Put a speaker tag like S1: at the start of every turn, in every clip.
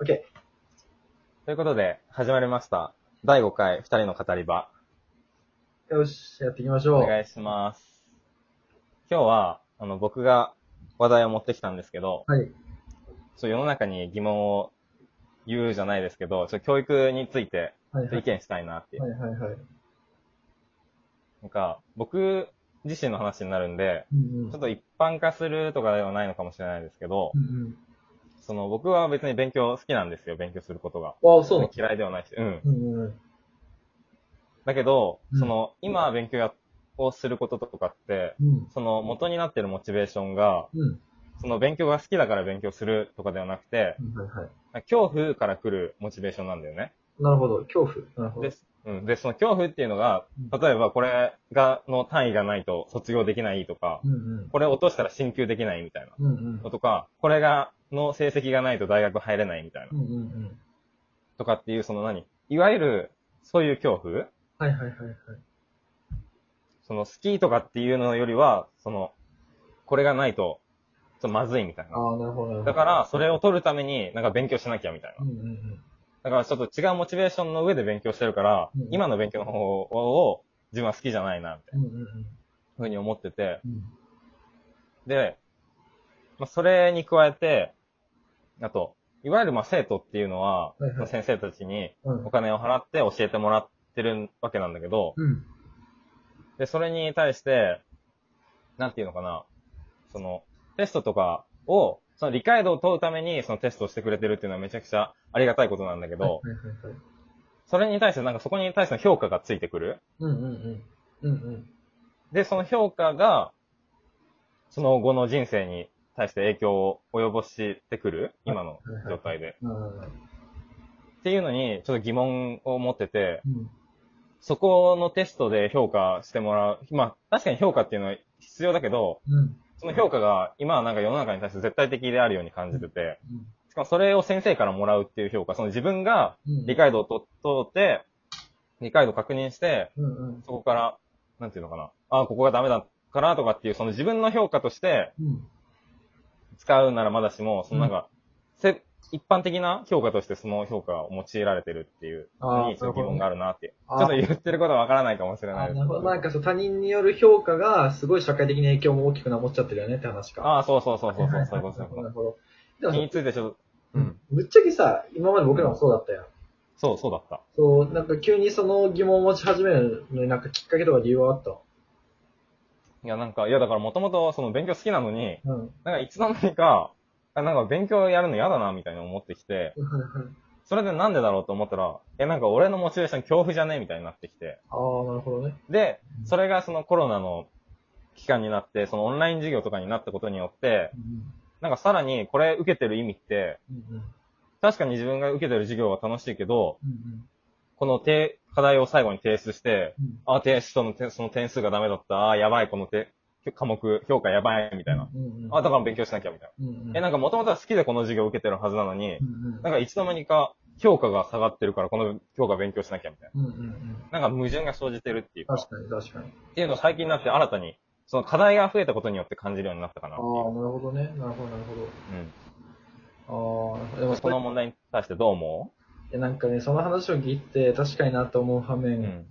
S1: OK。
S2: ということで、始まりました。第5回、二人の語り場。
S1: よし、やっていきましょ
S2: お
S1: う。
S2: 願いします。今日は、あの、僕が話題を持ってきたんですけど、
S1: はい。
S2: ちょっと世の中に疑問を言うじゃないですけど、ちょっと教育について
S1: はい
S2: ちょっと
S1: は
S2: 意
S1: い。
S2: 見したいなっていう。
S1: はいはいはい。
S2: なんか、僕自身の話になるんで、
S1: うんうん。
S2: ちょっと一般化するとかではないのかもしれないですけど
S1: う、ん
S2: その僕は別に勉強好きなんですよ、勉強することが。
S1: うん。ああ、そうなん
S2: 嫌いではないし、うん。
S1: うんうん。
S2: だけど
S1: う、ん
S2: その、今勉強をすることとかって、
S1: うん。
S2: その元になってるモチベーションが、
S1: うん。
S2: その勉強が好きだから勉強するとかではなくて、
S1: うんはいはい。
S2: 恐怖から来るモチベーションなんだよね。
S1: なるほど。恐怖。なるほど。
S2: で、うん、でその恐怖っていうのが
S1: う、ん
S2: 例えばこれが、の単位がないと卒業できないとか
S1: う、んうん。
S2: これ落としたら進級できないみたいな
S1: うんうん。
S2: のとか、これが、の成績がないと大学入れないみたいな
S1: うんうんうん。
S2: とかっていう、その何いわゆる、そういう恐怖
S1: はいはいはいはい。
S2: そのスキーとかっていうのよりは、その、これがないと、ちょっとまずいみたいな。
S1: ああ、なるほどなるほど。
S2: だから、それを取るために、なんか勉強しなきゃみたいな
S1: う。んうんうん。
S2: だからちょっと違うモチベーションの上で勉強してるから、
S1: うん
S2: 今の勉強の方を自分は好きじゃないな、みたいな
S1: うんうんうん。
S2: ふうに思ってて。
S1: うん
S2: で、まあ、それに加えて、あと、いわゆるまあ生徒っていうのは、
S1: はいはい
S2: まあ先生たちに
S1: うん
S2: お金を払って教えてもらってるわけなんだけど、
S1: うん。
S2: で、それに対して、なんていうのかな、その、テストとかを、その理解度を問うために、そのテストをしてくれてるっていうのはめちゃくちゃありがたいことなんだけど、
S1: はいはいはいはい。
S2: それに対して、なんかそこに対しての評価がついてくる。
S1: うんうんうん。うんうん。
S2: で、その評価が、その後の人生に対して影響を及ぼしてくる今の状態で。
S1: ああ。
S2: っていうのに、ちょっと疑問を持ってて、
S1: うん。
S2: そこのテストで評価してもらう。まあ、確かに評価っていうのは必要だけど、
S1: うん。
S2: その評価が今はなんか世の中に対して絶対的であるように感じてて、しかもそれを先生からもらうっていう評価、その自分が
S1: うん。
S2: 理。解度をと通って、理解度を確認して、
S1: うんうん。
S2: そこから、なんていうのかな、あここがダメだからとかっていう、その自分の評価として
S1: うん。
S2: 使うならまだしも、そのなんか、せ一般的な評価としてその評価を用いられてるっていうの
S1: あー
S2: に、ちょっと疑問があるなって。ち
S1: あ
S2: ょ
S1: ー
S2: っと言ってることはわからないかもしれな
S1: あ
S2: い
S1: な
S2: です
S1: る
S2: け
S1: ほど。
S2: ど。
S1: なんかそう、他人による評価が、すごい社会的な影響も大きくなもっちゃってるよねって話か。
S2: ああ、そうそうそうそうそう、そういうこと
S1: な
S2: そ
S1: るほど。
S2: ういうこ
S1: なるほどで
S2: と。
S1: も
S2: 気
S1: さ
S2: についてちょっと、うん。
S1: ぶっちゃけさ、今まで僕らもそうだったよ。
S2: そう、そうだった。
S1: そう、なんか急にその疑問を持ち始めるのになんかきっかけとか理由はあった
S2: いや、なんか、いや、だからもともと、その勉強好きなのに、
S1: うん。はい
S2: なんかいつの間にか、あなんか勉強やるの嫌だな、みたいに思ってきて、
S1: はい。
S2: それでなんでだろうと思ったら、え、なんか俺のモチベーション恐怖じゃねみたいになってきて。
S1: ああ、なるほどね。
S2: で、それがそのコロナの期間になって、そのオンライン授業とかになったことによって、
S1: うん。
S2: なんかさらにこれ受けてる意味って、
S1: うん。
S2: 確かに自分が受けてる授業は楽しいけど、
S1: うん。
S2: このて課題を最後に提出して、
S1: うん。
S2: あ、テストの点その点数がダメだった、あ、やばい、このて科目、評価やばい、みたいな。
S1: うん。
S2: あ、だから勉強しなきゃ、みたいな。
S1: うん。
S2: え、なんかもともとは好きでこの授業を受けてるはずなのに
S1: う、ん。
S2: なんかいつの間にか評価が下がってるからこの評価勉強しなきゃみたい
S1: うん。うん。
S2: な。なんか矛盾が生じてるっていうか、
S1: 確かに、確かに。
S2: っていうのを最近になって新たに、その課題が増えたことによって感じるようになったかな
S1: ああ、
S2: って
S1: なる
S2: いう。
S1: ほどね。なるほど、なるほど。ああ、で
S2: う
S1: も
S2: ん。こ
S1: そ
S2: の
S1: の、
S2: 問題に対してどう思
S1: えなんかね、その話を聞いて確かになと思う反面、
S2: うう
S1: や
S2: ん。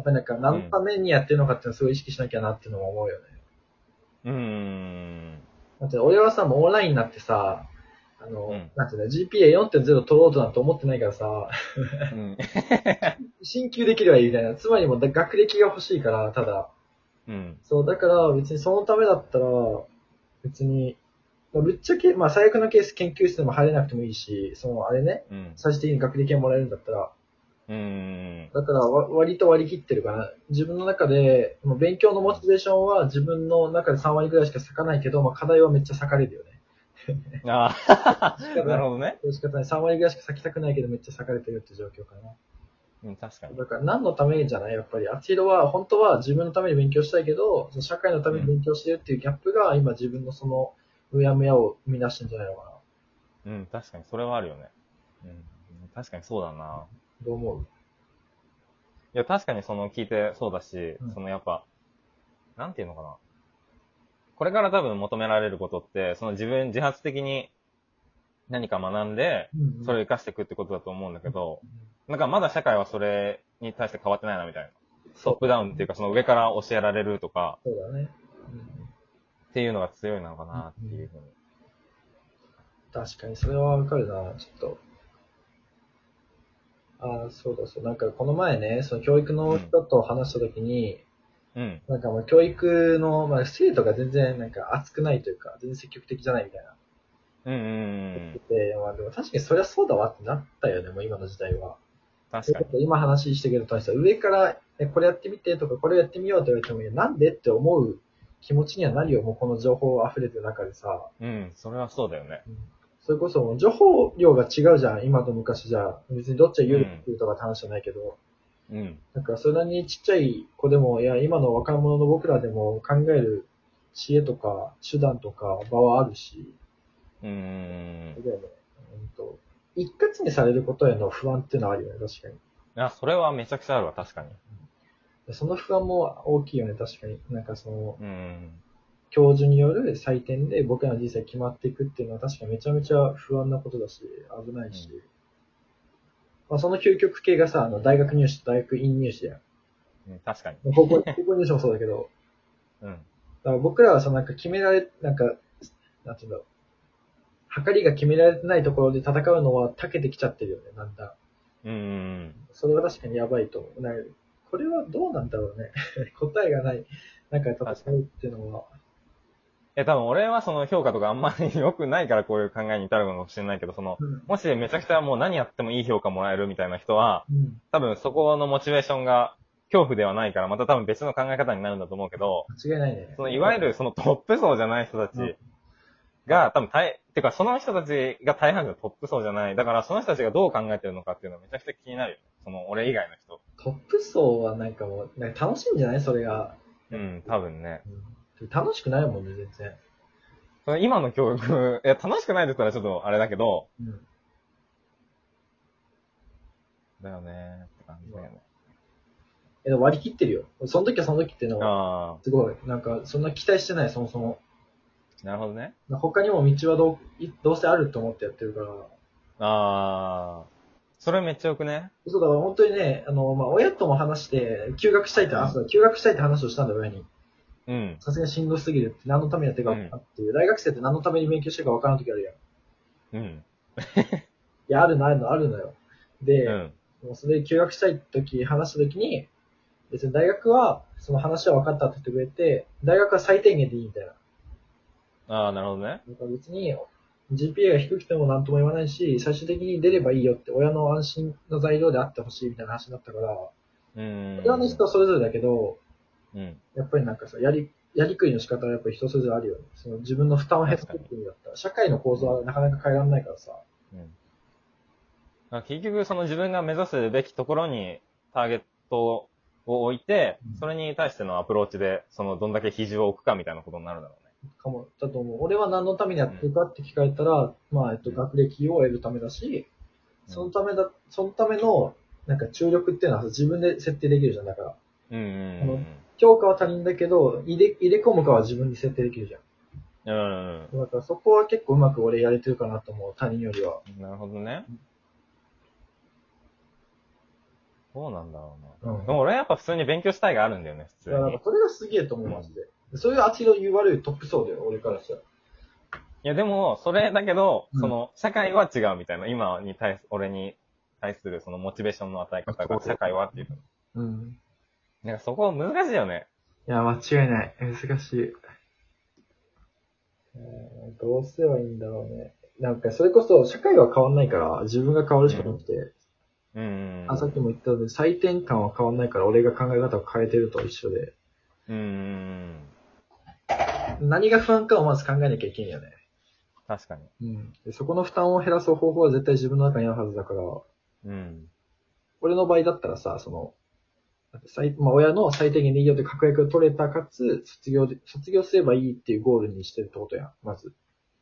S1: っぱりなんか何のためにやってるのかっていうのをすごい意識しなきゃなっていうのも思うよね。
S2: うーん。
S1: だって俺はさ、もうオンラインになってさ、あの、
S2: うん
S1: なんていうの、GPA4.0 取ろうとなんて思ってないからさ、
S2: うん。
S1: 進級できればいいみたいな。つまりもう学歴が欲しいから、ただ。
S2: うん。
S1: そう、だから別にそのためだったら、別に、まあぶっちゃけ、まあ最悪のケース研究室でも入れなくてもいいし、そのあれね、
S2: うん。
S1: 最終的に学歴がもらえるんだったら、
S2: うん。
S1: だからわ割と割り切ってるかな。自分の中で、もう勉強のモチベーションは自分の中で3割ぐらいしか割かないけど、まあ課題はめっちゃ割かれるよね。
S2: ああ、 なるほどね。
S1: 仕方ない。3割ぐらいしか咲きたくないけど、めっちゃ咲かれてるって状況かな。
S2: うん、確かに。
S1: だから、何のためにじゃないやっぱり。あっち色は、本当は自分のために勉強したいけど、その社会のために勉強してるっていうギャップが、今自分のその、うやむやを生み出してんじゃないのかな。
S2: うん、確かに。それはあるよね。うん。確かにそうだな。
S1: どう思う
S2: いや、確かにその聞いてそうだし、
S1: うん
S2: そのやっぱ、なんていうのかな。これから多分求められることって、その自分自発的に何か学んで、
S1: うんうん
S2: それを活かしていくってことだと思うんだけど
S1: う、ん
S2: なんかまだ社会はそれに対して変わってないなみたいな。
S1: そ
S2: トッ
S1: う
S2: プダウンっていうかその上から教えられるとか
S1: そうだね。
S2: っていうのが強いのかなっていうふうに。
S1: 確かに、それはわかるな、ちょっと。ああ、そうだそう。なんか、この前ね、その教育の人と話したときに、
S2: うん。
S1: なんかまあ教育の、まあ、生徒が全然なんか熱くないというか、全然積極的じゃないみたいな。
S2: うんうんう
S1: 言って
S2: ん。
S1: て、まあでも確かにそりゃそうだわってなったよね、もう今の時代は。
S2: 確かに。
S1: 今話してくれた人は上から、えこれやってみてとか、これやってみようって言われてもいや、なんでって思う気持ちにはなるよ、もうこの情報溢れてる中でさ。
S2: うん。それはそうだよね。
S1: それこそもう情報量が違うじゃん、今と昔じゃ。別にどっちが有利っていうとかって話じゃないけど。
S2: うん。
S1: なんか、それなりにちっちゃい子でも、いや、今の若者の僕らでも考える知恵とか、手段とか、場はあるし、
S2: うんうん
S1: だよね。うんと、一括にされることへの不安っていうのはあるよね、確かに
S2: うん。あ、それはめちゃくちゃあるわ、確かに。
S1: で。その不安も大きいよね、確かに。なんかその、
S2: うんうん。
S1: 教授による採点で僕らの人生決まっていくっていうのは確かにめちゃめちゃ不安なことだし、危ないし。まあ、その究極系がさ、あの、大学入試と大学院入試だよ。
S2: うん確かに。
S1: 高 校、高校入試もそうだけど、
S2: うん。
S1: だから僕らはさ、なんか決められ、なんか、なんていうんだろう。はかりが決められてないところで戦うのは長けてきちゃってるよね、だんだん。
S2: うんうん
S1: それは確かにやばいと思う。なんかこれはどうなんだろうね。 答えがない。なんか戦うっていうのは。
S2: え、多分俺はその評価とかあんまり良くないからこういう考えに至るのかもしれないけど、その、
S1: うん。
S2: もしめちゃくちゃもう何やってもいい評価もらえるみたいな人は、
S1: うん。
S2: 多分そこのモチベーションが恐怖ではないから、また多分別の考え方になるんだと思うけど、
S1: 間違いないね。
S2: そのいわゆるそのトップ層じゃない人たちが、多分大、てかその人たちが大半がトップ層じゃない。だからその人たちがどう考えてるのかっていうのはめちゃくちゃ気になるよね。その俺以外の人。
S1: トップ層はなんかもう、なんか楽しいんじゃないそれが。
S2: うん、多分ね。
S1: うん楽しくないもんね、全然。
S2: その今の教育、 いや、楽しくないって言ったらちょっとあれだけど、
S1: うん。
S2: だよねーって感じだよね。
S1: え、でも割り切ってるよ。その時はその時っていうのは、
S2: あ
S1: すごい。なんか、そんな期待してない、そもそも。
S2: あ、なるほどね。
S1: 他にも道はどういどうせあると思ってやってるから、
S2: ああ、それめっちゃよくね。
S1: そうだから本当にね、あの、まあ、親とも話して、休学したいって、あ、そうだ、休学したいって話をしたんだ、親に。
S2: うん。
S1: さすがにしんどすぎるって、何のためにやってるか分からんっていう、大学生って何のために勉強してるか分からん時あるやん。い
S2: うん。
S1: や、あるの、あるの、あるのよ。
S2: う
S1: で、
S2: ん。
S1: もうそれで休学したい時、話した時に、別に大学は、その話は分かったって言ってくれて、大学は最低限でいいみたいな。
S2: ああ、なるほどね。
S1: なんか別に GPA が低くても何とも言わないし、最終的に出ればいいよって、親の安心の材料であってほしいみたいな話になったから、
S2: うん。
S1: 親の人はそれぞれだけど、
S2: うん。
S1: やっぱりなんかさ、やり、やりくりの仕方はやっぱり人それぞれあるよね。その自分の負担を減らすっていう意味だったら、社会の構造はなかなか変えられないからさ。
S2: うん。だから結局、その自分が目指すべきところにターゲットを置いて
S1: うん、
S2: それに対してのアプローチで、そのどんだけ比重を置くかみたいなことになるだろ
S1: かも、だと思う。俺は何のためにやってるかって聞かれたら、まあ、えっと、学歴を得るためだし、
S2: うん
S1: そのためだ、そのための、なんか注力っていうのはさ自分で設定できるじゃん。だから、
S2: うね。
S1: うん教科は他人だけど、入れ、入れ込むかは自分に設定できるじゃん。
S2: うん。うん。うん。
S1: だからそこは結構うまく俺やれてるかなと思う、他人よりは。
S2: なるほどね。どうなんだろうな。
S1: うん
S2: でも俺はやっぱ普通に勉強したいがあるんだよね、普
S1: い
S2: 通
S1: や、なん
S2: に。
S1: かそれがすげえと思う、マジで。そういう圧力言われるトップ層だよ、俺からしたら。
S2: いや、でも、それだけど、
S1: うん
S2: その、社会は違うみたいな。今に対す、俺に対する、その、モチベーションの与え
S1: そ
S2: 方
S1: う
S2: が、
S1: そう
S2: 社会はっていう。
S1: うん。
S2: なんか、そこ難しいよね。
S1: いや、間違いない。難しい。どうすればいいんだろうね。なんか、それこそ、社会は変わんないから、自分が変わるしかなくて、
S2: うんうんうん。
S1: あ、さっきも言ったように、採点感は変わんないから、俺が考え方を変えてると一緒で、
S2: うんうんうん。
S1: 何が不安かをまず考えなきゃいけんよね。
S2: 確かに。
S1: うん。でそこの負担を減らす方法は絶対自分の中にあるはずだから、
S2: うん。
S1: 俺の場合だったらさ、その、最まあ、親の最低限でいいよって確約を取れたかつ、卒業で、卒業すればいいっていうゴールにしてるってことやん、まず。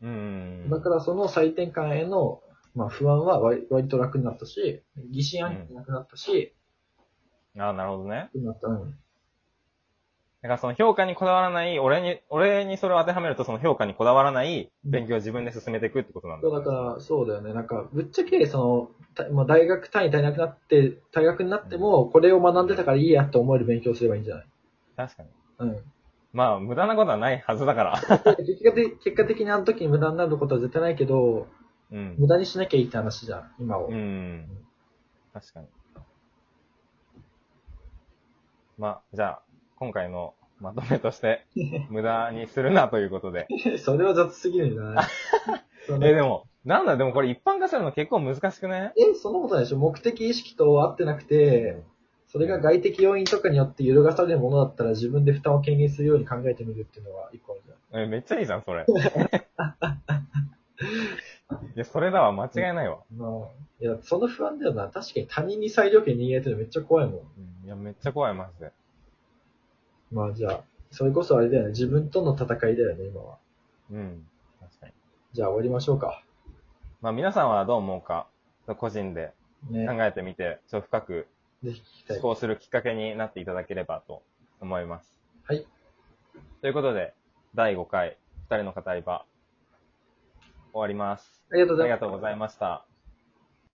S2: うんうんうん。
S1: だからその採点感への、まあ、不安は割割と楽になったし、疑心暗鬼なくなったし、
S2: ら。あ、なるほどね。
S1: 楽になった。うん。
S2: だからその評価にこだわらない、俺に、俺にそれを当てはめるとその評価にこだわらない勉強を自分で進めていくってことなんだ。
S1: そうだから、そうだよね。なんか、ぶっちゃけ、その、たまあ、大学単位足りなくなって、大学になっても、これを学んでたからいいやって思える勉強をすればいいんじゃない
S2: 確かに。
S1: うん。
S2: まあ、無駄なことはないはずだから。
S1: 結果的結果的にあの時に無駄になることは絶対ないけど、
S2: うん。
S1: 無駄にしなきゃいいって話じゃん、今を。
S2: うん。確かに。まあ、じゃあ、今回のまとめと して、無駄にするなということで。
S1: それは雑すぎるんじゃ ないそ
S2: え、
S1: のえ
S2: でも、なんだ、でもこれ一般化するの結構難しくね
S1: そんなことないでしょ目的意識と合ってなくて、それが外的要因とかによって揺るがされるものだったら自分で負担を軽減するように考えてみるっていうのは一個あるじゃん。
S2: え、めっちゃいいじゃん、それ。いや、それだわ、間違いないわ。
S1: まあ、いや、その不安だよな。確かに他人に裁量権握られてるのめっちゃ怖いもん。
S2: うんいや、めっちゃ怖い、マジで。
S1: まあじゃあ、それこそあれだよね。自分との戦いだよね、今は。
S2: うん。確かに。
S1: じゃあ終わりましょうか。
S2: まあ、皆さんはどう思うか、個人で
S1: ね。
S2: 考えてみて、ちょっと深く
S1: ぜひ聞きたい
S2: 思。考するきっかけになっていただければと思います。
S1: はい。
S2: ということで、第5回、二人の語り場、終わります。
S1: ありがと
S2: あ
S1: うござ
S2: り
S1: い
S2: が
S1: ます
S2: とう。ございました。